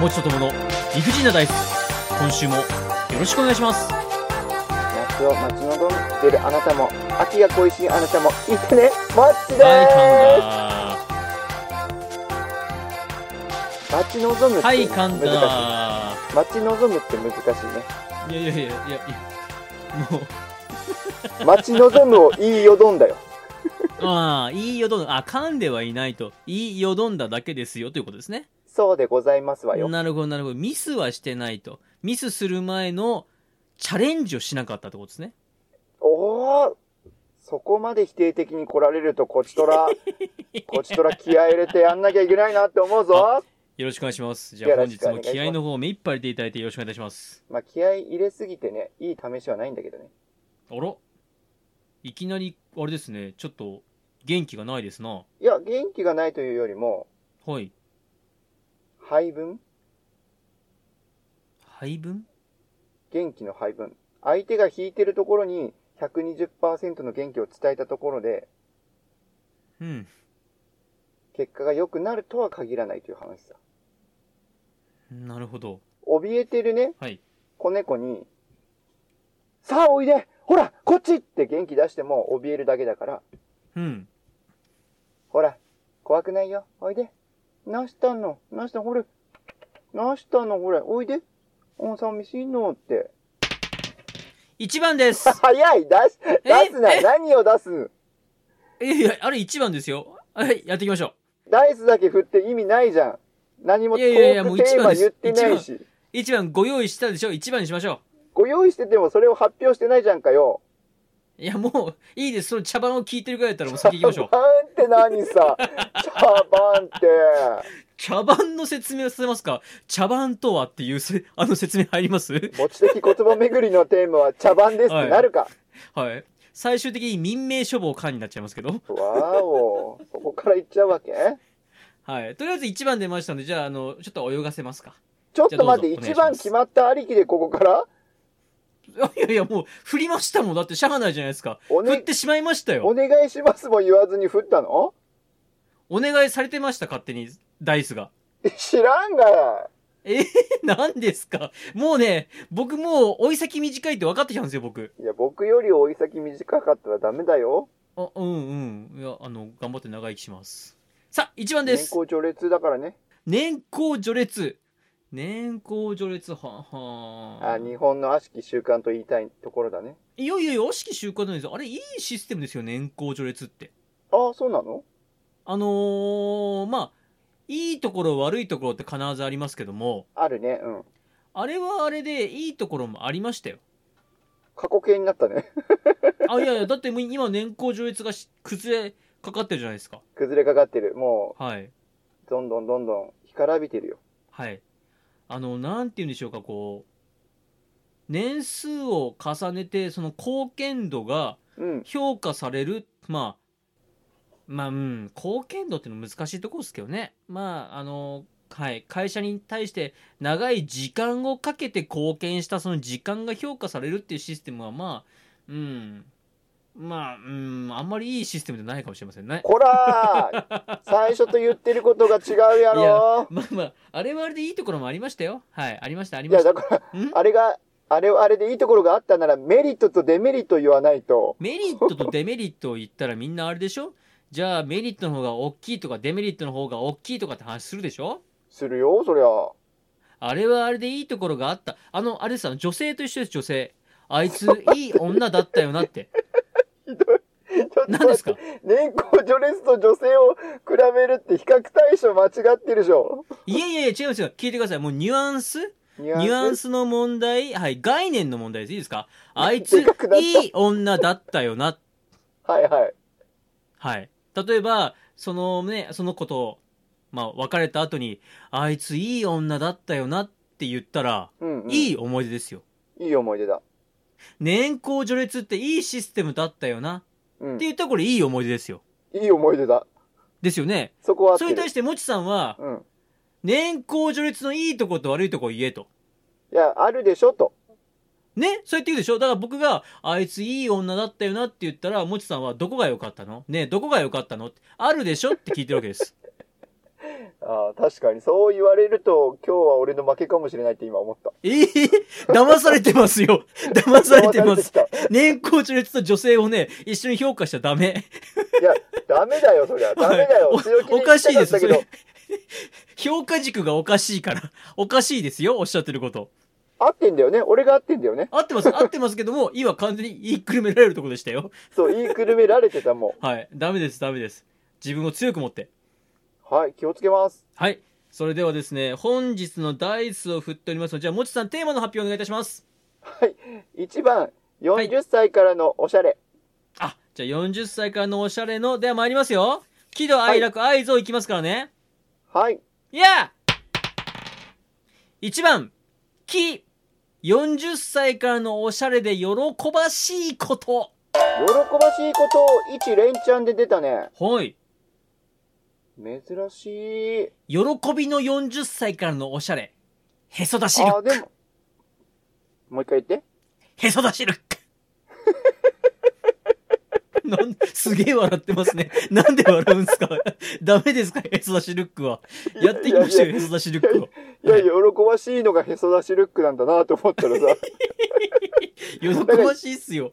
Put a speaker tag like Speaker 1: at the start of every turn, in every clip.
Speaker 1: もちとともの理不尽なダイス今週もよろしくお願いします
Speaker 2: 夏を待ち望んでるあなたも秋が恋しいあなたも聞いてねマッチで
Speaker 1: はい
Speaker 2: ー
Speaker 1: カ
Speaker 2: す待ち望む
Speaker 1: ンダ
Speaker 2: って
Speaker 1: ーはいカ
Speaker 2: 難
Speaker 1: ン
Speaker 2: しい
Speaker 1: ダ
Speaker 2: 待ち望むって難しいね
Speaker 1: ーい やいやいやいやいやもう
Speaker 2: 待ち望むを言いよどんだよ
Speaker 1: ああいいよどんだあ噛んではいないといいよどんだだけですよということですね
Speaker 2: そうでございますわよ
Speaker 1: なるほどなるほどミスはしてないとミスする前のチャレンジをしなかったってことですね
Speaker 2: おおそこまで否定的に来られるとこちと らこちとら気合い入れてやんなきゃいけないなって思うぞ
Speaker 1: よろしくお願いしますじゃあ
Speaker 2: よ
Speaker 1: 本
Speaker 2: ろし
Speaker 1: 日
Speaker 2: くお願
Speaker 1: も
Speaker 2: いします
Speaker 1: 気合の方を目いっぱい入れていただいてよろしくお願いいたします
Speaker 2: まあ気合い入れすぎてねいい試しはないんだけどね
Speaker 1: あらいきなりあれですねちょっと元気がないですない
Speaker 2: や元気がないというよりも
Speaker 1: はい
Speaker 2: 配分
Speaker 1: 配分
Speaker 2: 元気の配分相手が引いてるところに120%の元気を伝えたところで
Speaker 1: うん
Speaker 2: 結果が良くなるとは限らないという話さ
Speaker 1: なるほど
Speaker 2: 怯えてるね
Speaker 1: はい
Speaker 2: 子猫に「さあおいでほらこっち!」って元気出しても怯えるだけだから
Speaker 1: うん
Speaker 2: ほら、怖くないよ。おいで。なしたのなしたのほれ。なしたのほれ。おいで。お寂しいのって。
Speaker 1: 1番です
Speaker 2: 早い出す
Speaker 1: え
Speaker 2: 出すな
Speaker 1: え
Speaker 2: 何を出す
Speaker 1: いやいやあれ1番ですよはいやっていきましょ
Speaker 2: ダイスだけ振って意味ないじゃん。何も
Speaker 1: い
Speaker 2: ト
Speaker 1: やいやいや
Speaker 2: ー
Speaker 1: もう
Speaker 2: クテ
Speaker 1: 一
Speaker 2: ー
Speaker 1: 番
Speaker 2: マ
Speaker 1: です
Speaker 2: 言ってないし。
Speaker 1: う1番ご用意したでしょ1番にしましょ
Speaker 2: ご用意しててもそれを発表してないじゃんかよ。
Speaker 1: ういやもういいですその茶番を聞いてるぐらいだったらもう先行きま しょう
Speaker 2: 茶番って何さ。 茶番って。
Speaker 1: 茶番の説明をさせますか茶番とはっていうせあの説明入ります
Speaker 2: 持ち的言葉巡りのテーマは茶番ですってなるか。
Speaker 1: はい最終的に民命処方官になっちゃいますけど
Speaker 2: わーお。そこから行っちゃうわけ
Speaker 1: はいとりあえず1番出ましたのでじゃああのちょっと泳がせますか
Speaker 2: ちょっと待って、
Speaker 1: じゃあどうぞお願いします
Speaker 2: 一番決まったありきでここから
Speaker 1: いやいやいや、もう、振りましたもん。だって、しゃがないじゃないですか。
Speaker 2: お,、
Speaker 1: 振っ
Speaker 2: ね、
Speaker 1: てしまいました
Speaker 2: お
Speaker 1: よ。
Speaker 2: 願いしますも言わずに振ったの
Speaker 1: お願いされてました、勝手に、ダイスが。
Speaker 2: 知らんが
Speaker 1: えー、 何ですかもうね、僕もう、追い先短いって分かってきたんですよ、僕。
Speaker 2: いや、僕より追い先短かったらダメだよ。
Speaker 1: あ、うんうん。いや、あの、頑張って長生きします。さあ、1番で
Speaker 2: 年
Speaker 1: す。
Speaker 2: 功序列だからね。
Speaker 1: 年功序列。年功序列、はあは
Speaker 2: あ日本の悪しき習慣と言いたいところだね。
Speaker 1: いやいやいや、悪しき習慣なんですよ。あれ、いいシステムですよ、年功序列って。
Speaker 2: ああ、そうなの
Speaker 1: あのー、まあ、いいところ、悪いところって必ずありますけども、
Speaker 2: あるね。うん。
Speaker 1: あれはあれでいいところもありましたよ。
Speaker 2: 過去形になったね。
Speaker 1: あ、いやいや、だってもう今年功序列がし崩れかかってるじゃないですか。
Speaker 2: 崩れかかってる。も
Speaker 1: はい。
Speaker 2: う、どんどんどんどん、干からびてるよ。
Speaker 1: はい。あの、なんて言うんでしょうか、こう、年数を重ねて、その貢献度が
Speaker 2: うん。
Speaker 1: 評価される、まあ、まあ、うん、貢献度っていうの難しいところですけどね。まあ、あの、はい、会社に対して長い時間をかけて貢献したその時間が評価されるっていうシステムはまあ、うん、まあ、うん、あんまりいいシステムじゃないかもしれませんね。
Speaker 2: こら ー最初と言ってることが違うやろ
Speaker 1: まあまあ、あれはあれでいいところもありましたよ。はい、ありました、あり
Speaker 2: い
Speaker 1: ま
Speaker 2: や、
Speaker 1: した。
Speaker 2: だから、
Speaker 1: ん
Speaker 2: あれが、あれはあれでいいところがあったなら、メリットとデメリット言わないと。
Speaker 1: メリットとデメリットを言ったらみんなあれでしょじゃあメリットの方が大きいとかデメリットの方が大きいとかって話するでしょ
Speaker 2: するよ、そりゃ。
Speaker 1: あれはあれでいいところがあった。あの、あれさ、女性と一緒です、女性。あい つ、いい女だったよなって。
Speaker 2: ちょっと
Speaker 1: 何ですか
Speaker 2: 年功序列と女性を比べるって比較対象間違ってるでしょ。
Speaker 1: いやいやいや、違いますよ。聞いてください。もうニュアンス
Speaker 2: ニ
Speaker 1: ニュアンスの問題はい、概念の問題です。いいですかあいつ、
Speaker 2: でかくなった
Speaker 1: いい女だったよな。
Speaker 2: はいはい。
Speaker 1: はい。例えば、そのね、その子と、まあ、別れた後に、あいついい女だったよなって言ったら、
Speaker 2: うん、うん。
Speaker 1: い
Speaker 2: い。
Speaker 1: い思い出ですよ。
Speaker 2: いい思い出だ。
Speaker 1: 年功序列っていいシステムだったよな
Speaker 2: う
Speaker 1: っ
Speaker 2: ん
Speaker 1: て。言ったらこれいい思い出ですよ。
Speaker 2: いい思い出だ。
Speaker 1: ですよね。
Speaker 2: そこは合
Speaker 1: そ
Speaker 2: って
Speaker 1: れ
Speaker 2: る。
Speaker 1: に対して、もちさんは、
Speaker 2: うん。
Speaker 1: 年功序列のいいとこと悪いとこ言えと。
Speaker 2: いや、あるでしょ、と。
Speaker 1: ねそうやって言うでしょだから僕が、あいついい女だったよなって言ったら、もちさんは、どこが良かったのねえどこが良かったのってあるでしょって聞いてるわけです。
Speaker 2: ああ、確かにそう言われると、今日は俺の負けかもしれないって今思った。
Speaker 1: ええ騙されてますよ。騙されてます。
Speaker 2: 騙されてき
Speaker 1: 年功序列と女性をね、一緒に評価しちゃダメ。
Speaker 2: た。いや、ダメだよ、そり ゃ。ダメだよ。強気
Speaker 1: お
Speaker 2: に
Speaker 1: お
Speaker 2: 言
Speaker 1: か
Speaker 2: い
Speaker 1: しい
Speaker 2: たか
Speaker 1: で
Speaker 2: っ
Speaker 1: す、
Speaker 2: た
Speaker 1: そ
Speaker 2: けど
Speaker 1: れ。。評価軸がおかしいから。おかしいですよ、おっしゃってること。
Speaker 2: 合ってんだよね。俺が合ってんだよね。
Speaker 1: 合ってます、合ってますけども、今完全に言いくるめられるとこでしたよ。
Speaker 2: そう、言いくるめられてたも
Speaker 1: はい。ダメです、ダメです。自分を強く持って。
Speaker 2: ん。 はい、気をつけます。
Speaker 1: はい。それではですね、本日のダイスを振っておりますので、じゃあ、もちさん、テーマの発表お願いいたします。
Speaker 2: はい。1番、
Speaker 1: い
Speaker 2: 40歳からのおしゃれ。
Speaker 1: あ、じゃあ、40歳からのおしゃれの、では参りますよ。喜怒哀楽、愛憎いきますからね。
Speaker 2: はい。
Speaker 1: いや !1 番、喜。40歳からのおしゃれで喜ばしいこと。
Speaker 2: 喜ばしいことを1連チャンで出たね。
Speaker 1: はい。
Speaker 2: 珍しい。
Speaker 1: 喜びの40歳からのおしゃれ。へそ出しル
Speaker 2: ああ、
Speaker 1: ッ
Speaker 2: で
Speaker 1: ク。
Speaker 2: も。もう一回言って。
Speaker 1: へそ出しルック。 なんすげえ笑ってますね。なんで笑うんすかダメですかへそ出しルックは。やってきました
Speaker 2: いやい
Speaker 1: よ、
Speaker 2: や
Speaker 1: へそ出しルックを。
Speaker 2: いや、喜ばしいのがへそ出しルックなんだなと思ったら さ、
Speaker 1: 喜ばしいっすよ。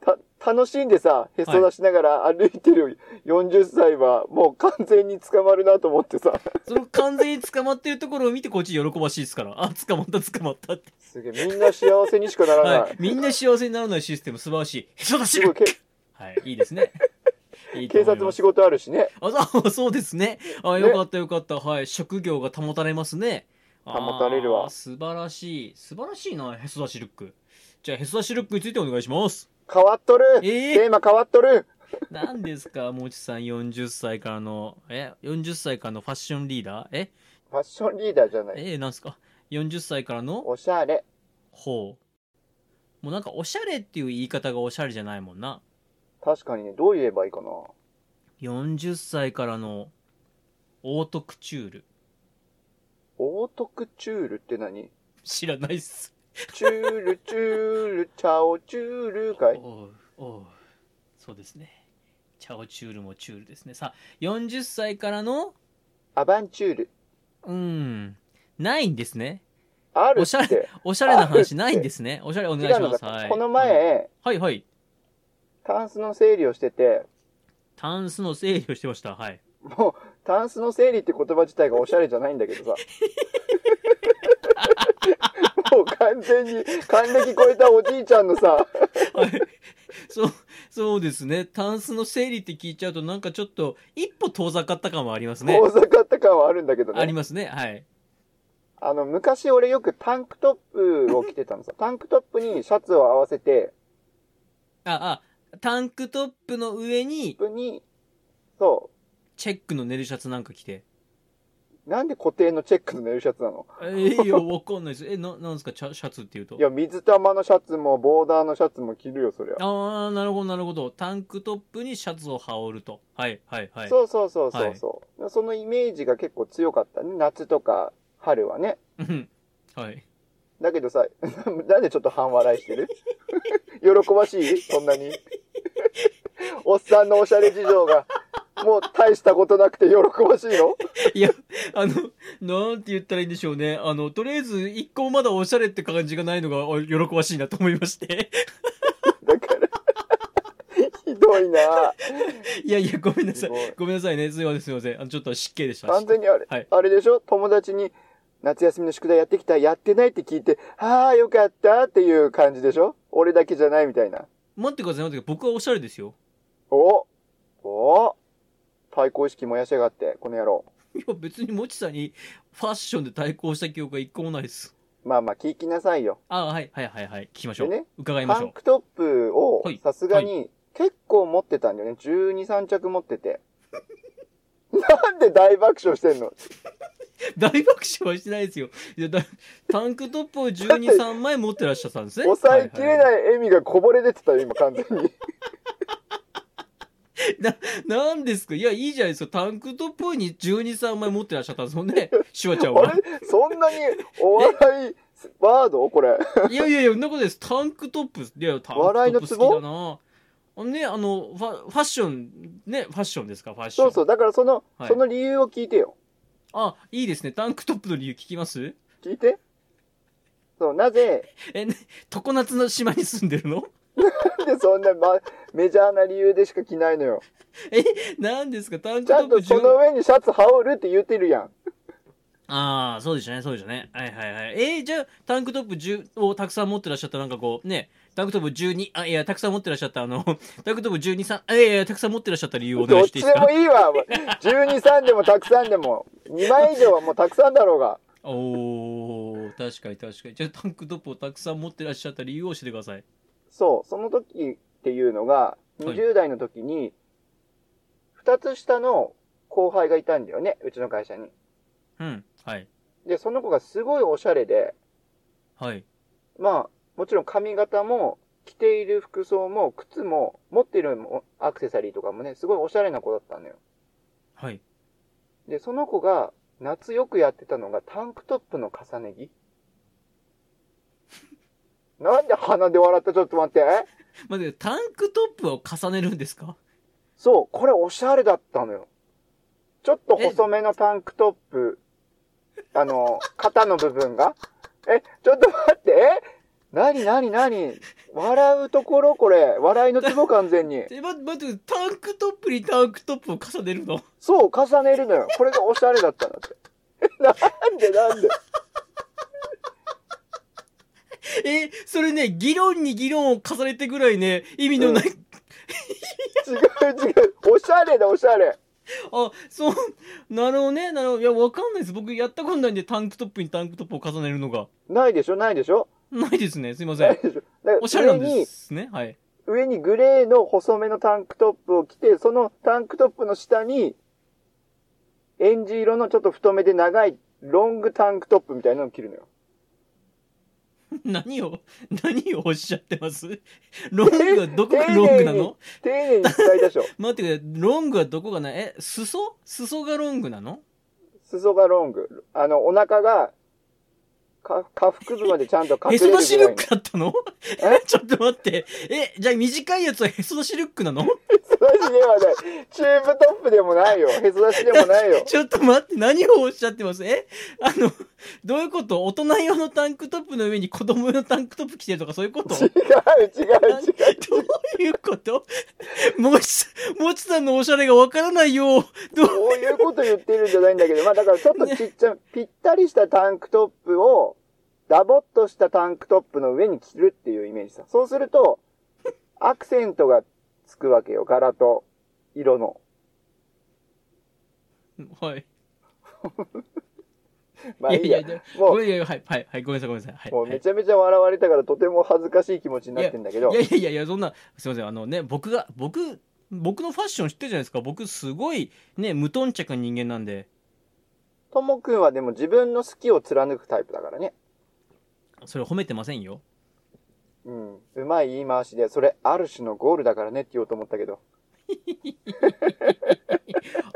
Speaker 2: た、楽しんでさ、へそ出しながら歩いてる40歳は、もう完全に捕まるなと思ってさ、
Speaker 1: その完全に捕まってるところを見てこっち喜ばしいですから。あ、捕まった捕まったって。
Speaker 2: すげえ、みんな幸せにしかならない。
Speaker 1: はい。みんな幸せにならないシステム素晴らしい。へそ出し
Speaker 2: す
Speaker 1: ル
Speaker 2: ごい
Speaker 1: ッ
Speaker 2: け
Speaker 1: ク。はい、いいです ね。いいと
Speaker 2: 警
Speaker 1: 思います
Speaker 2: 察も仕事あるしね。
Speaker 1: あそうそうですねあ
Speaker 2: ね
Speaker 1: よかったよかった、はい職業が保たれますねあー
Speaker 2: 保たれるわ
Speaker 1: 素晴らしい素晴らしいなへそ出しルックじゃあへそ出しルックについてお願いします
Speaker 2: 変わっとる、
Speaker 1: ええ
Speaker 2: テーマ変わっとる
Speaker 1: 何ですかもちさん40歳からのえ40歳からのファッションリーダーえ
Speaker 2: ファッションリーダーじゃない。
Speaker 1: えなんすか40歳からの
Speaker 2: おしゃれ。
Speaker 1: ほうもうなんかおしゃれっていう言い方がおしゃれじゃないもんな
Speaker 2: 確かにね、どう言えばいいかな。
Speaker 1: 40歳からのオートクチュール
Speaker 2: オートクチュールって何
Speaker 1: 知らないっす
Speaker 2: チュール、チュール、チャオチュールかい
Speaker 1: おうおうそうですねチャオチュールもチュールですねさあ40歳からの
Speaker 2: アバンチュール。
Speaker 1: うんないんですね
Speaker 2: ある
Speaker 1: おしゃ
Speaker 2: っ
Speaker 1: れ
Speaker 2: て。
Speaker 1: おしゃれな話ないんですねおしゃれお願い
Speaker 2: 違
Speaker 1: し
Speaker 2: うの
Speaker 1: ます、
Speaker 2: か
Speaker 1: はい、
Speaker 2: この前、
Speaker 1: はいはい
Speaker 2: タンスの整理をしてて、
Speaker 1: タンスの整理をしてましたはい
Speaker 2: もう、タンスの整理って言葉自体がおしゃれじゃないんだけど さ。もう完全に、還暦超えたおじいちゃんのさ、
Speaker 1: はい そうそうですねタンスの整理って聞いちゃうとなんかちょっと一歩遠ざかった感はありますね
Speaker 2: 遠ざかった感はあるんだけど
Speaker 1: あり
Speaker 2: ね。
Speaker 1: ますねはい
Speaker 2: あの、昔俺よくタンクトップを着てたのさ。タンクトップにシャツを合わせて、
Speaker 1: ああタンクトップの上に
Speaker 2: ここに、そ
Speaker 1: チェックの寝るシャツなんか着 て
Speaker 2: う、なんで固定のチェックの寝るシャツなの
Speaker 1: えー、いやわかんないですえななんですかチャシャツっていうと
Speaker 2: いや、水玉のシャツもボーダーのシャツも着るよ、そりゃ。
Speaker 1: ああ、なるほど、なるほど。タンクトップにシャツを羽織ると。はい、はい、はい。
Speaker 2: そうそうそうそうそう、そのイメージが結構強かったね。夏とか春はね。
Speaker 1: うん。はい。
Speaker 2: だけどさ、 なんでちょっと半笑いしてる 喜ばしいそんなに。 おっさんのおしゃれ事情が、もう大したことなくて喜ばしいの
Speaker 1: いや、あの、なんて言ったらいいんでしょうね。あの、とりあえず、一個もまだおしゃれって感じがないのがお喜ばしいなと思いまして。
Speaker 2: だから、 ひどいない
Speaker 1: やいや、ごめんなさ
Speaker 2: す
Speaker 1: い
Speaker 2: ごい。
Speaker 1: ごめんなさいね。すいません、すいません。あの、ちょっと失敬でした。
Speaker 2: 完全にあれ、
Speaker 1: はい
Speaker 2: あれでしょ友達に、夏休みの宿題やってきたやってないって聞いて、ああ、よかったっていう感じでしょ俺だけじゃないみたいな。
Speaker 1: 待ってください、待ってください。僕はおしゃれですよ。
Speaker 2: おお対抗意識燃やしやがって、この野郎。
Speaker 1: いや、別にもちさんにファッションで対抗した記憶が一個もないです。
Speaker 2: まあまあ聞きなさいよ。
Speaker 1: ああ、はい、はい、はい、はい。聞きましょう。
Speaker 2: でね
Speaker 1: 伺いま
Speaker 2: タ
Speaker 1: しょう
Speaker 2: ン。クトップを
Speaker 1: はい
Speaker 2: さすがに結構持ってたんだよね。12、3着持って て。なんで大爆笑してんの
Speaker 1: 大爆笑はしてないですよ。いやだタンクトップを12、3枚持ってらっしゃったんですね。
Speaker 2: 抑えきれ
Speaker 1: は
Speaker 2: ない笑みがこぼれ出てたよ、今完 全に。
Speaker 1: いはいなんですかいや、いいじゃないですか。タンクトップに12、3枚持ってらっしゃったんですもんね。シュワちゃん
Speaker 2: あ
Speaker 1: は。
Speaker 2: れそんなにお笑いワードこれ。
Speaker 1: いやいやいや、そんなことです。タンクトップ。いや、タンクト
Speaker 2: 笑い
Speaker 1: ッ
Speaker 2: の
Speaker 1: プ
Speaker 2: ツ
Speaker 1: 好
Speaker 2: ボ
Speaker 1: きだな。あね、あのファ、ファッション、ね、ファッションですか、ファッション。
Speaker 2: そうそう。だからその、
Speaker 1: はい
Speaker 2: その理由を聞いてよ。
Speaker 1: あ、いいですね。タンクトップの理由聞きます
Speaker 2: 聞いてそうなぜ
Speaker 1: え、ね常夏の島に住んでるの
Speaker 2: なんでそんな、ま、メジャーな理由でしか着ないのよ
Speaker 1: 何ですかタンク
Speaker 2: ち
Speaker 1: ト
Speaker 2: ゃ
Speaker 1: ッ
Speaker 2: ん
Speaker 1: プ
Speaker 2: と
Speaker 1: 十
Speaker 2: その上にシャツ羽織るって言ってるやん
Speaker 1: ああ、そうでしたね、そうでしたね。はいはいはい。えー、じゃあ、タンクトップ10をたくさん持ってらっしゃった、なんかこう、ね、タンクトップ12、あ、いや、たくさん持ってらっしゃった、あの、 タンクトップ12、さん、いやいや、たくさん持ってらっしゃった理由をお願い
Speaker 2: どっ
Speaker 1: してい
Speaker 2: ち
Speaker 1: いです
Speaker 2: で
Speaker 1: か
Speaker 2: もいいわ12、3でもたくさんでも2枚以上はもうたくさんだろうが
Speaker 1: おー、確かに確かに。じゃあ、タンクトップをたくさん持ってらっしゃった理由を教えてください。
Speaker 2: そう、その時っていうのが、
Speaker 1: い
Speaker 2: 20代の時に、2つ下の後輩がいたんだよね、うちの会社に。
Speaker 1: うん、はい。
Speaker 2: で、その子がすごいおしゃれで、
Speaker 1: はい。
Speaker 2: まあ、もちろん髪型も、着ている服装も、靴も、持ってるもアクセサリーとかもね、すごいおしゃれな子だったのよ。
Speaker 1: はい。
Speaker 2: で、その子が、夏よくやってたのが、タンクトップの重ね 着。なんで鼻で笑ったちょっと待って。
Speaker 1: 待って、タンクトップを重ねるんですか
Speaker 2: そう、これおしゃれだったのよ。ちょっと細めのタンクトップ、あの、肩の部分が。え、ちょっと待って、えなになになに笑うところこれ。笑いのツボ完全に。
Speaker 1: え、待って、待って、タンクトップにタンクトップを重ねるの
Speaker 2: そう、重ねるのよ。これがおしゃれだったんだって。えなんでなんで
Speaker 1: え、それね、議論に議論を重ねてぐらいね、意味のない、
Speaker 2: 違う違う。おしゃれだ、おしゃれ。
Speaker 1: あ、そう、なるほどね、なるほど。いや、わかんないです。僕、やったことないんで、タンクトップにタンクトップを重ねるのが。
Speaker 2: ないでしょないでしょ
Speaker 1: ないですね。すいませ
Speaker 2: な
Speaker 1: ん。
Speaker 2: い でしょだから
Speaker 1: おしゃれなん
Speaker 2: 上に
Speaker 1: ですね。はい。
Speaker 2: 上にグレーの細めのタンクトップを着て、そのタンクトップの下に、エンジ色のちょっと太めで長いロングタンクトップみたいなのを着るのよ。
Speaker 1: 何を、何をおっしゃってます ロングはどこがロングなの
Speaker 2: 丁寧に伝えたでし ょ。
Speaker 1: 待ってください。ロングはどこがないえ、裾裾がロングなの
Speaker 2: 裾がロング。あの、お腹が、か下腹部までちゃんと隠
Speaker 1: へ
Speaker 2: れる
Speaker 1: そ
Speaker 2: ぐら
Speaker 1: の
Speaker 2: い
Speaker 1: シル
Speaker 2: の
Speaker 1: ッ クだったの
Speaker 2: え
Speaker 1: ちょっと待って。え、じゃあ短いやつはへそのシルックなの
Speaker 2: へそ出しではない。チューブトップでもないよ。へそ出しでもない よ。
Speaker 1: ちょっと待って、何をおっしゃってますえあの、どういうこと大人用のタンクトップの上に子供用のタンクトップ着てるとかそういうこと
Speaker 2: 違う違う
Speaker 1: 何
Speaker 2: 違う。
Speaker 1: どういうこともちさん、もちさんのおしゃれがわからないよ。どう、
Speaker 2: こういうこと言ってるんじゃないんだけど、まあだからちょっとちっちゃ、ぴったりしたタンクトップを、ダボっとしたタンクトップの上に着るっていうイメージさ。そうすると、アクセントがつくわけよ。柄と色の。
Speaker 1: はい。
Speaker 2: まあいい
Speaker 1: いや
Speaker 2: や
Speaker 1: いやいや。
Speaker 2: も
Speaker 1: ご
Speaker 2: う、
Speaker 1: めんいやはい、はい、はい、ごめんなさい、ごめんなさい。はい、
Speaker 2: もう
Speaker 1: は
Speaker 2: め
Speaker 1: い
Speaker 2: ちゃめちゃ笑われたからとても恥ずかしい気持ちになってんだけど
Speaker 1: いや、いやいやいや、そんな、すいません、あのね、僕が、僕、僕のファッション知ってるじゃないですか。僕、すごい、ね、無頓着な人間なんで、
Speaker 2: ともくんはでも自分の好きを貫くタイプだからね。
Speaker 1: それ褒めてませんよ。
Speaker 2: うん。うまい言い回しで、それある種のゴールだからねって言おうと思ったけど、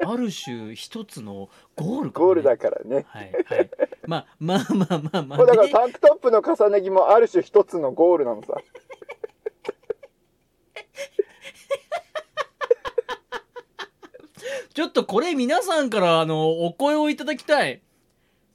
Speaker 1: ある種、一つのゴールかもね
Speaker 2: ゴールだからね。
Speaker 1: はいはい。まあまあまあまあまあ、
Speaker 2: これだから
Speaker 1: ね
Speaker 2: タンクトップの重ね着もある種一つのゴールなのさ。
Speaker 1: ちょっとこれ皆さんからあのお声をいただきたい。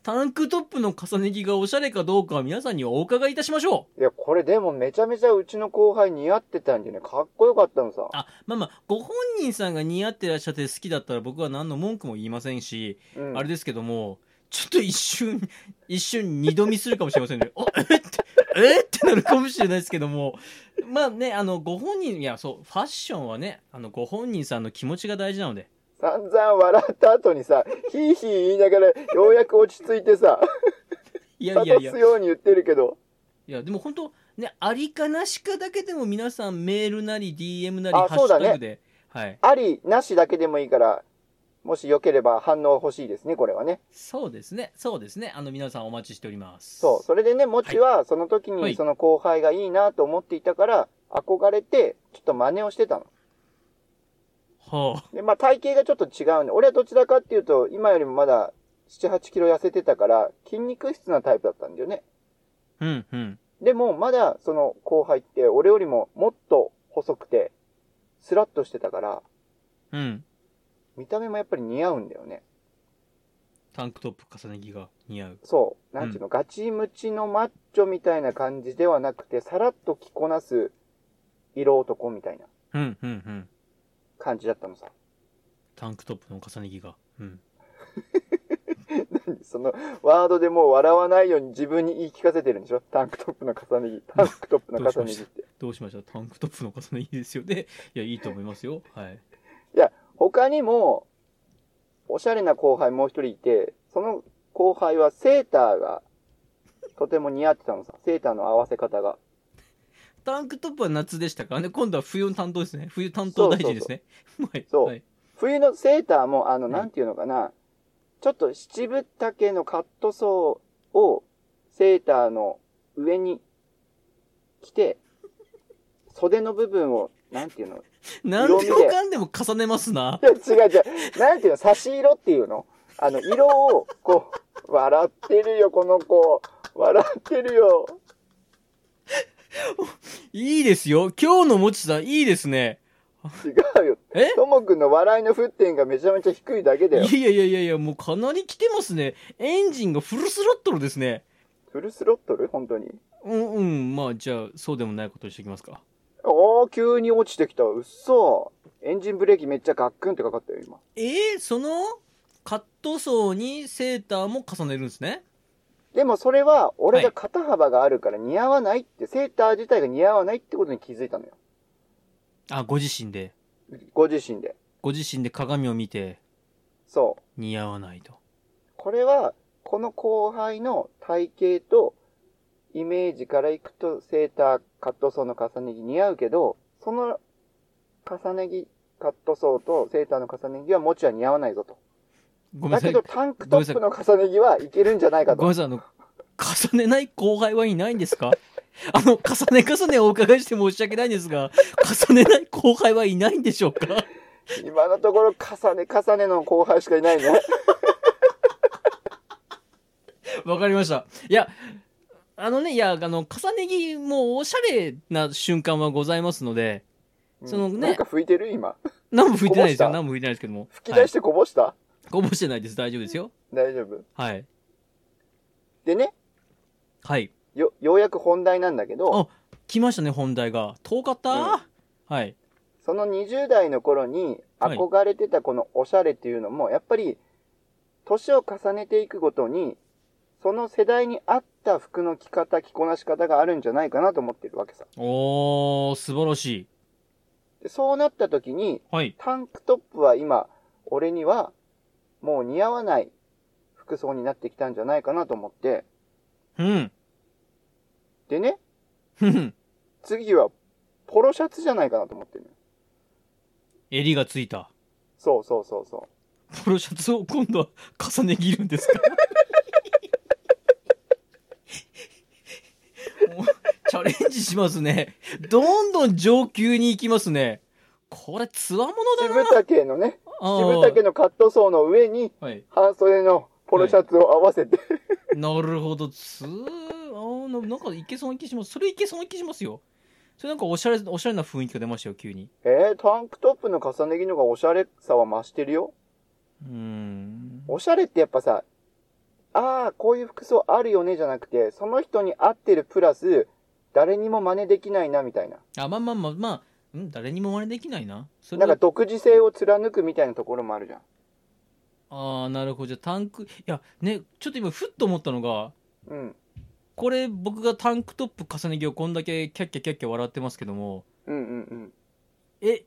Speaker 1: タンクトップの重ね着がおしゃれかどうかは皆さんにお伺いいたしましょう。
Speaker 2: いや、これでもめちゃめちゃうちの後輩似合ってたんじゃねかっこよかったのさ。
Speaker 1: あ、まあまあ、ご本人さんが似合ってらっしゃって好きだったら僕は何の文句も言いませんし、
Speaker 2: うん、
Speaker 1: あれですけども、ちょっと一瞬、一瞬二度見するかもしれませんね。おえって、えってなるかもしれないですけども。まあね、あの、ご本人、いや、そう、ファッションはね、あの、ご本人さんの気持ちが大事なので。
Speaker 2: 散々笑った後にさ、ヒーヒー言いながらようやく落ち着いてさ、
Speaker 1: いやいやい
Speaker 2: 諭
Speaker 1: や
Speaker 2: す。ように言ってるけど。
Speaker 1: いやでも本当ねありかなしかだけでも皆さんメールなり DM なりハ
Speaker 2: あ
Speaker 1: ッシ
Speaker 2: そう
Speaker 1: ュ
Speaker 2: だね
Speaker 1: タグで、はい
Speaker 2: あり、なしだけでもいいから、もしよければ反応欲しいですね、これはね。
Speaker 1: そうですねそうですねあの皆さんお待ちしております
Speaker 2: そう。それでね、もちはその時
Speaker 1: は
Speaker 2: に
Speaker 1: い
Speaker 2: その後輩がいいなと思っていたから、憧れて、ちょっと真似をしてたの。
Speaker 1: は
Speaker 2: で、まあ体型がちょっと違うんで、俺はどちらかっていうと、今よりもまだ7、8キロ痩せてたから、筋肉質なタイプだったんだよね。
Speaker 1: あうんうん
Speaker 2: でも、まだ、その後輩って、俺よりももっと細くて、スラッとしてたから、
Speaker 1: うん
Speaker 2: 見た目もやっぱり似合うんだよね。
Speaker 1: タンクトップ重ね着が似合う。
Speaker 2: そう。なんていうの、ガチムチのマッチョみたいな感じではなくて、さらっと着こなす色男みたいな
Speaker 1: うんうんうん。
Speaker 2: 感じだったのさ。
Speaker 1: タンクトップの重ね着が。うん。
Speaker 2: そのワードでもう笑わないように自分に言い聞かせてるんでしょタンクトップの重ね着。タンクトップの重ね着って。
Speaker 1: どうしましたタンクトップの重ね着ですよね。 いや、いいと思いますよ。はい。
Speaker 2: 他にも、おしゃれな後輩もう一人いて、その後輩はセーターがとても似合ってたのさ。セーターの合わせ方が。
Speaker 1: タンクトップは夏でしたからね。今度は冬の担当ですね。冬担当大臣ですね。 はい。
Speaker 2: そう
Speaker 1: はい。
Speaker 2: 冬のセーターも、あの、
Speaker 1: ん
Speaker 2: なんていうのかな、ちょっと七分丈のカットソーをセーターの上に着て、袖の部分を、なんていうの
Speaker 1: 何でもかんでも重ねますな。
Speaker 2: いや、違う違う。なんていうの差し色っていうのあの、色を、こう、笑ってるよ、この子。笑ってるよ。
Speaker 1: いいですよ。今日のもちさん、いいですね。
Speaker 2: 違うよ。
Speaker 1: え
Speaker 2: ともくんの笑いの沸点がめちゃめちゃ低いだけ
Speaker 1: い
Speaker 2: だ
Speaker 1: や
Speaker 2: よ。
Speaker 1: いやいやいやいや、もうかなり来てますね。エンジンがフルスロットルですね。
Speaker 2: フルスロットル本当に。
Speaker 1: うんうん、まあじゃあ、そうでもないことにしておきますか。
Speaker 2: ああ、急に落ちてきた。うっそ。エンジンブレーキめっちゃガックンってかかったよ、今。
Speaker 1: えー、そのカットソーにセーターも重ねるんですね。
Speaker 2: でもそれは、俺
Speaker 1: は
Speaker 2: が
Speaker 1: い
Speaker 2: 肩幅があるから似合わないって、セーター自体が似合わないってことに気づいたのよ。
Speaker 1: あ、ご自身で。
Speaker 2: ご自身で。
Speaker 1: ご自身で鏡を見て、
Speaker 2: そう。
Speaker 1: 似合わないと。
Speaker 2: これは、この後輩の体型と、イメージからいくと、セーター、カットソーの重ね着似合うけど、その、重ね着、カットソーとセーターの重ね着はもちは似合わないぞと。
Speaker 1: ごめんなさ
Speaker 2: だけ
Speaker 1: い。
Speaker 2: ど、タンクトップの重ね着はいけるんじゃないか
Speaker 1: ごめん
Speaker 2: と。
Speaker 1: なさい、あの、重ねない後輩はいないんですかあの、重ね重ねお伺いして申し訳ないんですが、重ねない後輩はいないんでしょうか
Speaker 2: 今のところ、重ね重ねの後輩しかいないね。
Speaker 1: わかりました。いや、あのね、いや、あの、重ね着もおしゃれな瞬間はございますので、 そのね
Speaker 2: うんなんか拭いてる今。
Speaker 1: 何も吹いてないですよ。
Speaker 2: こぼした
Speaker 1: 何も吹いてないですけども。
Speaker 2: 吹き出
Speaker 1: はい
Speaker 2: してこぼした、
Speaker 1: こぼしてないです。大丈夫ですよ。
Speaker 2: 大丈夫。
Speaker 1: はい。
Speaker 2: でね、
Speaker 1: はい。
Speaker 2: よ、ようやく本題なんだけ
Speaker 1: あ
Speaker 2: ど、
Speaker 1: 来ましたね、本題が。遠かった、
Speaker 2: うん
Speaker 1: はい。
Speaker 2: その20代の頃に
Speaker 1: はい
Speaker 2: 憧れてたこのおしゃれっていうのも、やっぱり、年を重ねていくごとに、その世代に合った服の着方、着こなし方があるんじゃないかなと思ってるわけさ。
Speaker 1: おー、素晴らしい。
Speaker 2: でそうなった時に、
Speaker 1: はい。
Speaker 2: タンクトップは今、俺には、もう似合わない服装になってきたんじゃないかなと思って、
Speaker 1: うん。
Speaker 2: でね、
Speaker 1: うん
Speaker 2: 次は、ポロシャツじゃないかなと思ってるのよ
Speaker 1: 襟がついた。
Speaker 2: そうそうそうそう。
Speaker 1: ポロシャツを今度は重ね着るんですか もうチャレンジしますね。どんどん上級に行きますね。これ、つわもの
Speaker 2: 七
Speaker 1: だな。
Speaker 2: 分丈のね、
Speaker 1: あ
Speaker 2: 七
Speaker 1: ー
Speaker 2: 分丈のカットソーの上に
Speaker 1: はい。
Speaker 2: 半袖のポロシャツを合わせて、
Speaker 1: なるほど。つー、あーななんかいけそうな気します。それいけそうな気しますよ。それなんかおしゃれ、おしゃれな雰囲気が出ましたよ、急に。
Speaker 2: えー、タンクトップの重ね着の方がおしゃれさは増してるよ。
Speaker 1: うーん。
Speaker 2: おしゃれってやっぱさ、ああ、こういう服装あるよねじゃなくて、その人に合ってるプラス、誰にも真似できないなみたいな。
Speaker 1: あ、まあまあまあ、まあ、ん誰にも真似できないな。それ
Speaker 2: な
Speaker 1: は
Speaker 2: んか独自性を貫くみたいなところもあるじゃん。
Speaker 1: ああ、なるほど。じゃあタンク、いや、ね、ちょっと今、ふっと思ったのが、
Speaker 2: うん。
Speaker 1: これ僕がタンクトップ重ね着をこんだけキャッキャキャッキャ笑ってますけども
Speaker 2: うんうんうん。
Speaker 1: え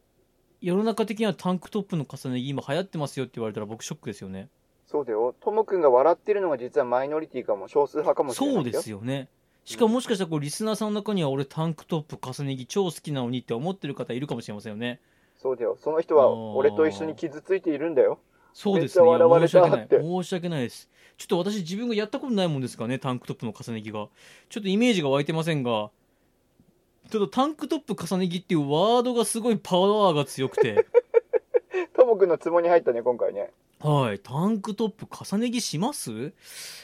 Speaker 1: 世の中的にはタンクトップの重ね着今流行ってますよって言われたら僕ショックですよね
Speaker 2: そうだよ。ともくんが笑ってるのが実はマイノリティかも、少数派かもしれない
Speaker 1: そ
Speaker 2: よ。
Speaker 1: うですよねしかももしかしたらこうリスナーさんの中には俺タンクトップ重ね着超好きなのにって思ってる方いるかもしれませんよね
Speaker 2: そうだよ。その人は
Speaker 1: あー
Speaker 2: 俺と一緒に傷ついているんだよ。
Speaker 1: そうですね
Speaker 2: めっちゃ笑わ
Speaker 1: いや申
Speaker 2: れ
Speaker 1: した訳ない
Speaker 2: って
Speaker 1: 申し訳ないですちょっと私自分がやったことないもんですからねタンクトップの重ね着がちょっとイメージが湧いてませんがちょっとタンクトップ重ね着っていうワードがすごいパワーが強くて
Speaker 2: ともくんのツボに入ったね、今回ね。
Speaker 1: はい、タンクトップ重ね着します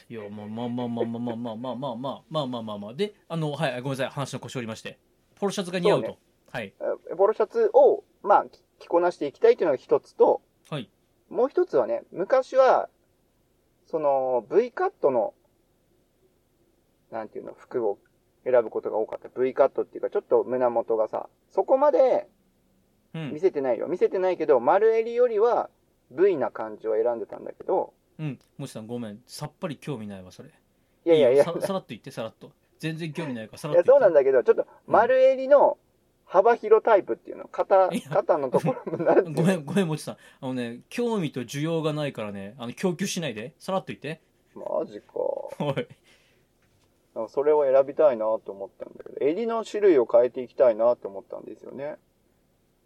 Speaker 1: いや、まあまあまあまあまあまあまあまあまあまあまあまあまあまあで、あの、はい、ごめんなさい、話の腰折りまして。ポロシャツが似合うと。
Speaker 2: そう
Speaker 1: はい。
Speaker 2: えポロシャツを、まあ、き着こなしていきたいというのが一つと、
Speaker 1: はい。
Speaker 2: もう一つはね、昔は、その V カットの、なんていうの、服を選ぶことが多かった。V カットっていうか、ちょっと胸元がさ、そこまで
Speaker 1: う
Speaker 2: 見
Speaker 1: ん。
Speaker 2: せてないよ。見せてないけど、丸襟よりは V な感じを選んでたんだけど、
Speaker 1: うん。もちさん、ごめん。さっぱり興味ないわ、それ。
Speaker 2: いやいやいや、
Speaker 1: ささらっと言って、さらっと。全然興味ないから、さ
Speaker 2: い
Speaker 1: らっと
Speaker 2: や、
Speaker 1: 言
Speaker 2: そう
Speaker 1: って。
Speaker 2: なんだけど、ちょっと丸襟の幅広タイプっていうの、肩
Speaker 1: いや、
Speaker 2: 肩のところもなんていう の
Speaker 1: ごめん、ごめん、もちさん。あのね、興味と需要がないからね、あの、供給しないで。さらっと言って。
Speaker 2: マジか。
Speaker 1: おい。
Speaker 2: なんかそれを選びたいなと思ったんだけど、襟の種類を変えていきたいなと思ったんですよね。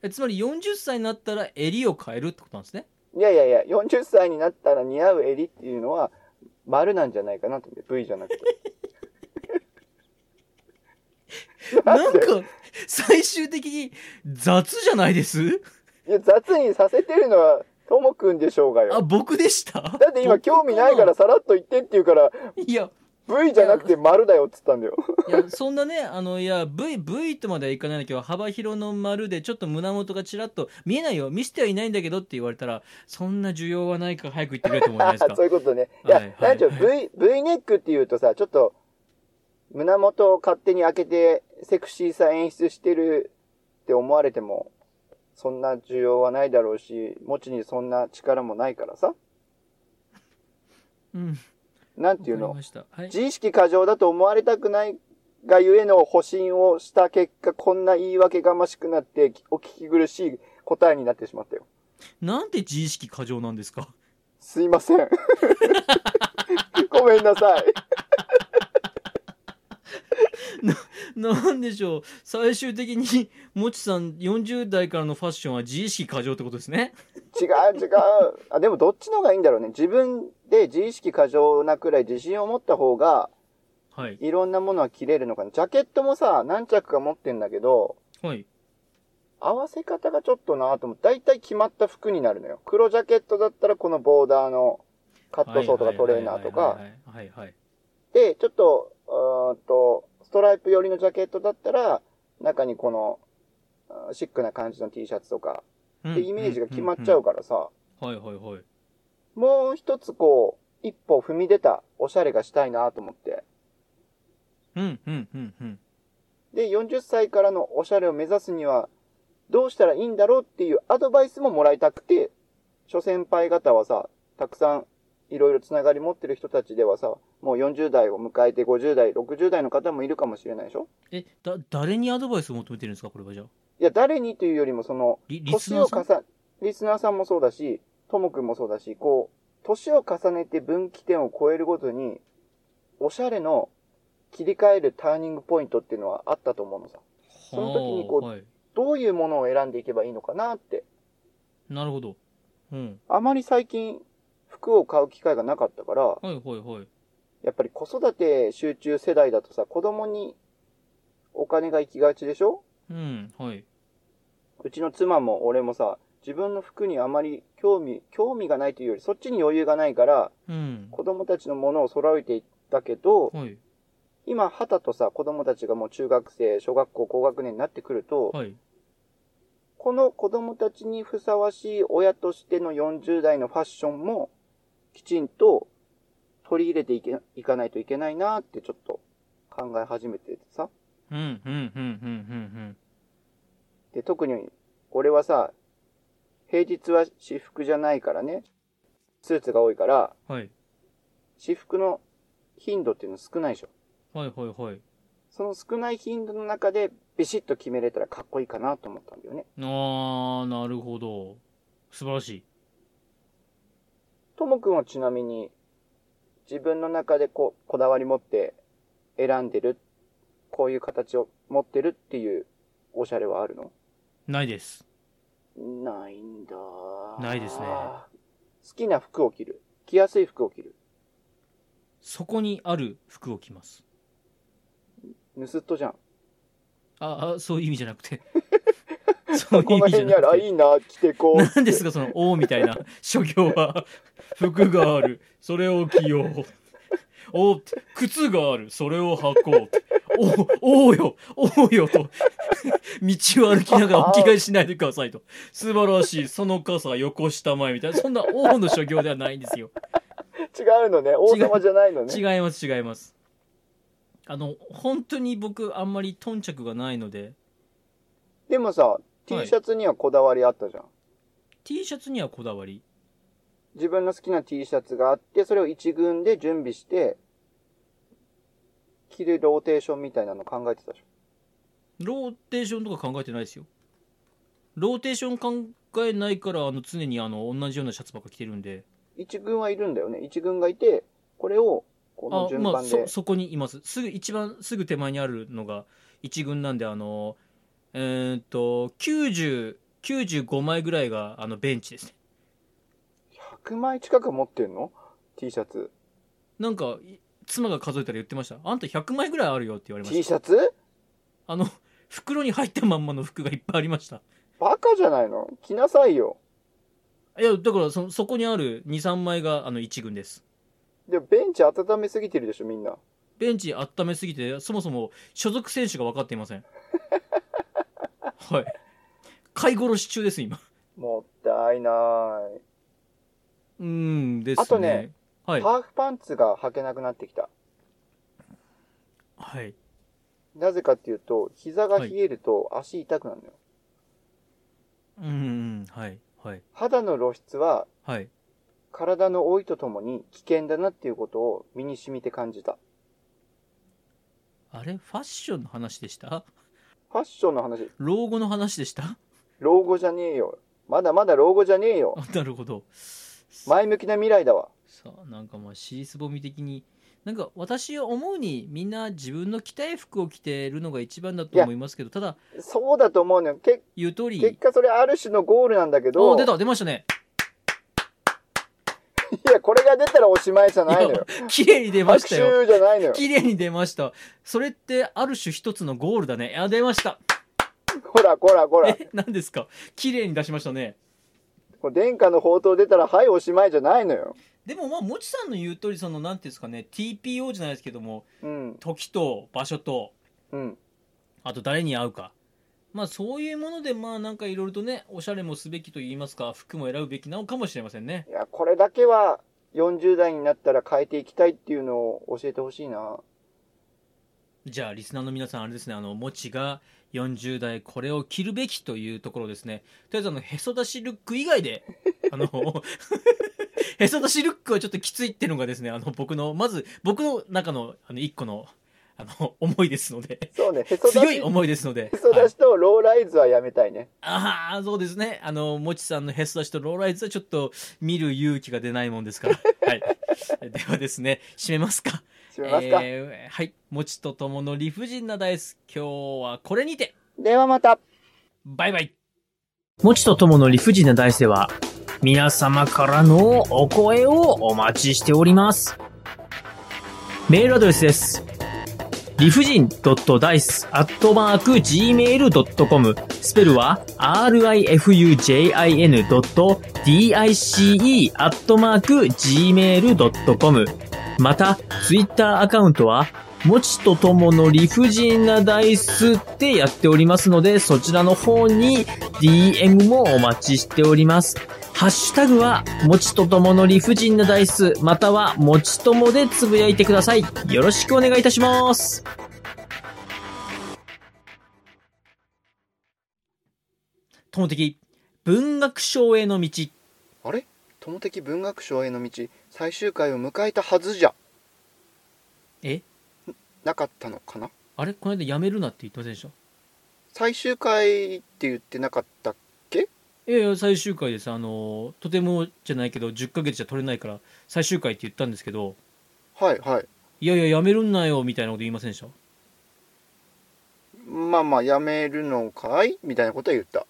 Speaker 1: えつまり40歳になったら襟を変えるってことなん ですね。
Speaker 2: いやいやいや、40歳になったら似合う襟っていうのは、丸なんじゃないかなと思って、V じゃなく て。
Speaker 1: なんか、最終的に雑じゃないです
Speaker 2: いや、雑にさせてるのは、ともくんでしょうが
Speaker 1: あ、
Speaker 2: よ。
Speaker 1: 僕でした
Speaker 2: だって今興味ないから。さらっと言ってって言うから、
Speaker 1: 僕かないや、
Speaker 2: V じゃなくて丸だよって言ったんだよ。
Speaker 1: いや、そんなね、あの、いや、V、V とまではいかないんだけど、幅広の丸で、ちょっと胸元がちらっと、見えないよ、見せてはいないんだけどって言われたら、そんな需要はないから早く言ってくれと思うじゃ ないです
Speaker 2: あ
Speaker 1: か
Speaker 2: そう。いうことね。い
Speaker 1: はい
Speaker 2: や、
Speaker 1: はい
Speaker 2: なんちゅう、V、V ネックっていうとさ、ちょっと、胸元を勝手に開けて、セクシーさ演出してるって思われても、そんな需要はないだろうし、もちにそんな力もないからさ、
Speaker 1: うん。
Speaker 2: なんていう
Speaker 1: わか
Speaker 2: の
Speaker 1: り、ました。はい。
Speaker 2: 自意識過剰だと思われたくないがゆえの保身をした結果、こんな言い訳がましくなって、お聞き苦しい答えになってしまったよ。
Speaker 1: なんて自意識過剰なんですか
Speaker 2: すいません。 ごめんなさい。
Speaker 1: なんでしょう最終的にもちさん40代からのファッションは自意識過剰ってことですね
Speaker 2: 違う違う。あ、でもどっちの方がいいんだろうね。自分で自意識過剰なくらい自信を持った方が、
Speaker 1: はい
Speaker 2: いろんなものは着れるのかな。ジャケットもさ、何着か持ってんだけど、
Speaker 1: はい
Speaker 2: 合わせ方がちょっとなと思って、だいたい決まった服になるのよ。黒ジャケットだったらこのボーダーのカットソーとかトレーナーとか、
Speaker 1: はいはい
Speaker 2: で、ちょっと、うーんと、ストライプ寄りのジャケットだったら、中にこの、あーシックな感じの T シャツと
Speaker 1: はい
Speaker 2: か、でイメージが決まっちゃう
Speaker 1: か
Speaker 2: からさ、
Speaker 1: らはいはいはい
Speaker 2: もう一つこう、一歩踏み出たおしゃれがしたいなと思って。
Speaker 1: うんうんうんうん
Speaker 2: で、40歳からのおしゃれを目指すには、どうしたらいいんだろうっていうアドバイスももらいたくて、諸先輩方はさ、たくさんいろいろつながり持ってる人たちではさ、もう40代を迎えて50代、60代の方もいるかもしれないでしょ
Speaker 1: えだ誰にアドバイスを求めてるんですかこれはじゃあ
Speaker 2: いや、誰にというよりもその、
Speaker 1: リリス
Speaker 2: 年
Speaker 1: ナー
Speaker 2: を
Speaker 1: さん
Speaker 2: 重、リスナーさんもそうだし、ともくんもそうだし、こう、年を重ねて分岐点を超えるごとに、おしゃれの切り替えるターニングポイントっていうのはあったと思うのさ。その時にこう
Speaker 1: はあはい、
Speaker 2: どういうものを選んでいけばいいのかなって。
Speaker 1: なるほどうん
Speaker 2: あまり最近、服を買う機会がなかったから、
Speaker 1: はいはいはい
Speaker 2: やっぱり子育て集中世代だとさ、子供にお金が行きがちでしょ
Speaker 1: うんはいう
Speaker 2: ちの妻も俺もさ、自分の服にあまり興味、興味がないというより、そっちに余裕がないから、
Speaker 1: うん
Speaker 2: 子供たちのものを揃えていったけど、
Speaker 1: はい
Speaker 2: 今、旗とさ、子供たちがもう中学生、小学校、高学年になってくると、
Speaker 1: はい
Speaker 2: この子供たちにふさわしい親としての40代のファッションも、きちんと取り入れていけいかないといけないなってちょっと考え始めててさ。
Speaker 1: うんうんうんうんうん
Speaker 2: で、特に、俺はさ、平日は私服じゃないからね、スーツが多いから、
Speaker 1: うんはい
Speaker 2: 私服の頻度っていうの少ないでしょ。
Speaker 1: はいはいはい
Speaker 2: その少ない頻度の中でビシッと決めれたらかっこいいかなと思ったんだよね。
Speaker 1: あーなるほど素晴らしい
Speaker 2: ともくんはちなみに自分の中でこうこだわり持って選んでる、こういう形を持ってるっていうおしゃれはあるの
Speaker 1: ないです
Speaker 2: ないんだ。
Speaker 1: ないですね
Speaker 2: 好きな服を着る。着やすい服を着る。
Speaker 1: そこにある服を着ます
Speaker 2: 盗っ人じ ゃん。
Speaker 1: ああそういう意味じゃな くてそういう
Speaker 2: こ
Speaker 1: 意
Speaker 2: の
Speaker 1: 味じ
Speaker 2: 辺
Speaker 1: ゃ
Speaker 2: にある。
Speaker 1: なくて
Speaker 2: あ、いいな、着てこ う。
Speaker 1: 何ですかその王みたいな所業は服があるそれを着ようお靴があるそれを履こうおおよおよと道を歩きながらお着替えしないでくださいと素晴らしいその傘横下前みたいなそんな王の所業ではないんですよ
Speaker 2: 違うのね。王様じゃないのね。
Speaker 1: 違います違いますあの本当に僕あんまり頓着がないので
Speaker 2: でもさ、T シャツにはこだわりあったじゃん。
Speaker 1: T シャツにはこだわり
Speaker 2: 自分の好きな T シャツがあって、それを一軍で準備して、着るローテーションみたいなの考えてたでしょ。
Speaker 1: ローテーションとか考えてないですよローテーション考えないからあの常にあの同じようなシャツばっか着てるんで
Speaker 2: 一軍はいるんだよね。一軍がいて、これを、この
Speaker 1: あ
Speaker 2: 順
Speaker 1: まあ
Speaker 2: 番で。
Speaker 1: そそこにいますすぐ一番すぐ手前にあるのが一軍なんであのえーっと90 95枚ぐらいがあのベンチですね
Speaker 2: 100枚近く持ってんの ?T シャツ。
Speaker 1: なんかい妻が数えたら言ってましたあんた100枚ぐらいあるよって言われま
Speaker 2: T
Speaker 1: し
Speaker 2: シャツ
Speaker 1: たあの袋に入ったまんまの服がいっぱいありました
Speaker 2: バカじゃないの着なさいよ。
Speaker 1: いやだからそそこにある23枚があの一軍です
Speaker 2: でもベンチ温めすぎてるでしょ、みんな。
Speaker 1: ベンチ温めすぎてそもそも所属選手が分かっていま せんはい買い殺し中です今
Speaker 2: もったいない。
Speaker 1: うーんですね
Speaker 2: あとね
Speaker 1: はい
Speaker 2: ハーフパンツが履けなくなってきた。
Speaker 1: はい
Speaker 2: なぜかっていうと、膝が冷えると足痛くなるのよ。
Speaker 1: うんうんはいはい
Speaker 2: 肌の露出は
Speaker 1: はい
Speaker 2: 体の老いとともに危険だなっていうことを身に染みて感じた。
Speaker 1: あれファッションの話でした
Speaker 2: ファッションの話、
Speaker 1: 老後の話で した
Speaker 2: 老後じゃねえよ。まだまだ老後じゃねえよ。
Speaker 1: あなるほど
Speaker 2: 前向きな未来だわ。
Speaker 1: さあなんかまあ尻すぼみ的になんか私思うにみんな自分の着たい服を着てるのが一番だと思いますけどただ
Speaker 2: そうだと思うのよ。け
Speaker 1: 言う通
Speaker 2: 結
Speaker 1: り
Speaker 2: 果それある種のゴールなんだけど、
Speaker 1: お出た出ましたね
Speaker 2: いや、これが出たらおしまいじゃないのよ。
Speaker 1: 綺麗に出ま
Speaker 2: 拍
Speaker 1: したよ
Speaker 2: 手じゃないのよ。
Speaker 1: 綺麗に出ましたそれってある種一つのゴールだねあ出ました
Speaker 2: こらこらこら。
Speaker 1: え何ですか綺麗に出しましたね
Speaker 2: こう殿下の宝刀出たら、はい、おしまいじゃないのよ。
Speaker 1: でもまあもちさんの言う通りそのなんていうんですかね TPO じゃないですけども
Speaker 2: うん、
Speaker 1: 時と場所と
Speaker 2: うん。
Speaker 1: あと誰に会うか。まあそういうもので、まあなんかいろいろとね、おしゃれもすべきと言いますか、服も選ぶべきなのかもしれませんね。
Speaker 2: いや、これだけは40代になったら変えていきたいっていうのを教えてほしいな。
Speaker 1: じゃあリスナーの皆さん、あれですね、あの、もちが40代これを着るべきというところですね。とりあえずあの、へそ出しルック以外で、あの、 へそ出しルックはちょっときついってのがですね、あの、僕の、まず僕の中の、あの、一個の、あの、思いですので、
Speaker 2: そうね、へそ出
Speaker 1: 強い
Speaker 2: し、
Speaker 1: 思いですので。
Speaker 2: へそ
Speaker 1: はい
Speaker 2: 出しとローライズはやめたいね。
Speaker 1: ああ、そうですね。あの、もちさんのヘス出しとローライズはちょっと見る勇気が出ないもんですから。はい。ではですね、締めますか。
Speaker 2: 閉めますか。
Speaker 1: えーはい。もちとともの理不尽なダイス。今日はこれにて。
Speaker 2: ではまた。
Speaker 1: バイバイ。もちとともの理不尽な大世は、皆様からのお声をお待ちしております。メールアドレスです。理不尽 d i c e g m a i l c o m スペルは rifujin.dice g m a i l c o m また、ツイッターアカウントは、もちとともの理不尽なダイスってやっておりますので、そちらの方に DM もお待ちしております。ハッシュタグは、もちとともの理不尽なダイス、または、もちともでつぶやいてください。よろしくお願いいたします。友的、文学賞への道。
Speaker 2: あれ友的文学賞への道、最終回を迎えたはずじゃ。
Speaker 1: え
Speaker 2: なかったのかな
Speaker 1: あれこの間やめるなって言ってませんでした
Speaker 2: 最終回って言ってなかった。
Speaker 1: いやいや最終回ですあのとてもじゃないけど10ヶ月じゃ取れないから最終回って言ったんですけど
Speaker 2: はいはい。
Speaker 1: いやいややめるんなよみたいなこと言いませんでした
Speaker 2: まあまあ、やめるのかいみたいなことは言った。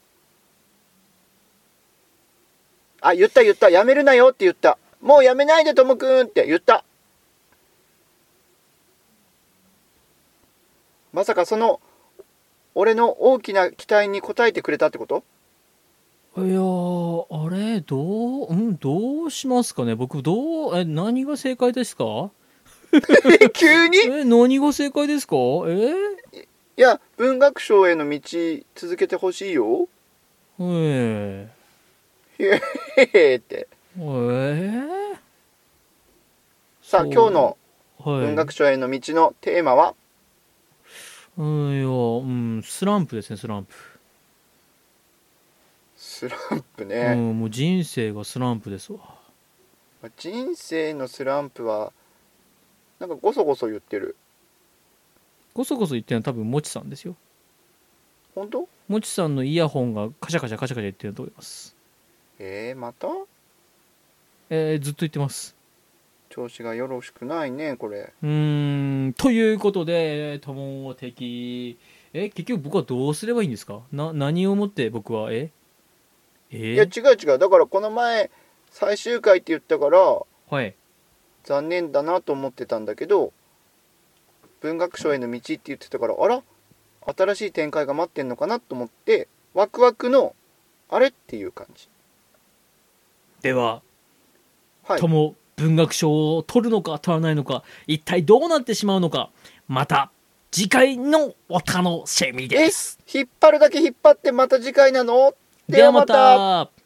Speaker 2: あ、言った言った。やめるなよって言った。もうやめないで、ともくんって言った。まさかその、俺の大きな期待に応えてくれたってこと
Speaker 1: いやーあれどううんどうしますかね僕どうえ何が正解ですか
Speaker 2: え、急に
Speaker 1: え何が正解ですかえ
Speaker 2: いや、文学賞への道続けてほしいよ。
Speaker 1: え
Speaker 2: へへへって。
Speaker 1: ええ
Speaker 2: さあ、
Speaker 1: おー
Speaker 2: 今日の
Speaker 1: はい。
Speaker 2: 文学賞への道のテーマは、
Speaker 1: うん、いや、うん、スランプですね、スランプ。
Speaker 2: スランプ
Speaker 1: う
Speaker 2: ね。
Speaker 1: ん、もう人生がスランプですわ。
Speaker 2: 人生のスランプは、なんかごそごそ言ってる。
Speaker 1: こそこそ言ってるのは多分、もちさんですよ。
Speaker 2: 本当
Speaker 1: もちさんのイヤホンがカシャカシャカシャカシャ言ってると思います。
Speaker 2: えー、また
Speaker 1: えーずっと言ってます。
Speaker 2: 調子がよろしくないね、これ。
Speaker 1: うーん、ということで、多聞的。え、結局僕はどうすればいいんですかな、何をもって僕は、ええ
Speaker 2: いや、違う違う。だからこの前、最終回って言ったから、
Speaker 1: はい。
Speaker 2: 残念だなと思ってたんだけど文学賞への道って言ってたからあら新しい展開が待ってんのかなと思ってワクワクのあれっていう感じ
Speaker 1: では、
Speaker 2: はい
Speaker 1: とも文学賞を取るのか取らないのか一体どうなってしまうのかまた次回のお楽しみです
Speaker 2: 引っ張るだけ引っ張ってまた次回なの
Speaker 1: ではま
Speaker 2: ではま
Speaker 1: た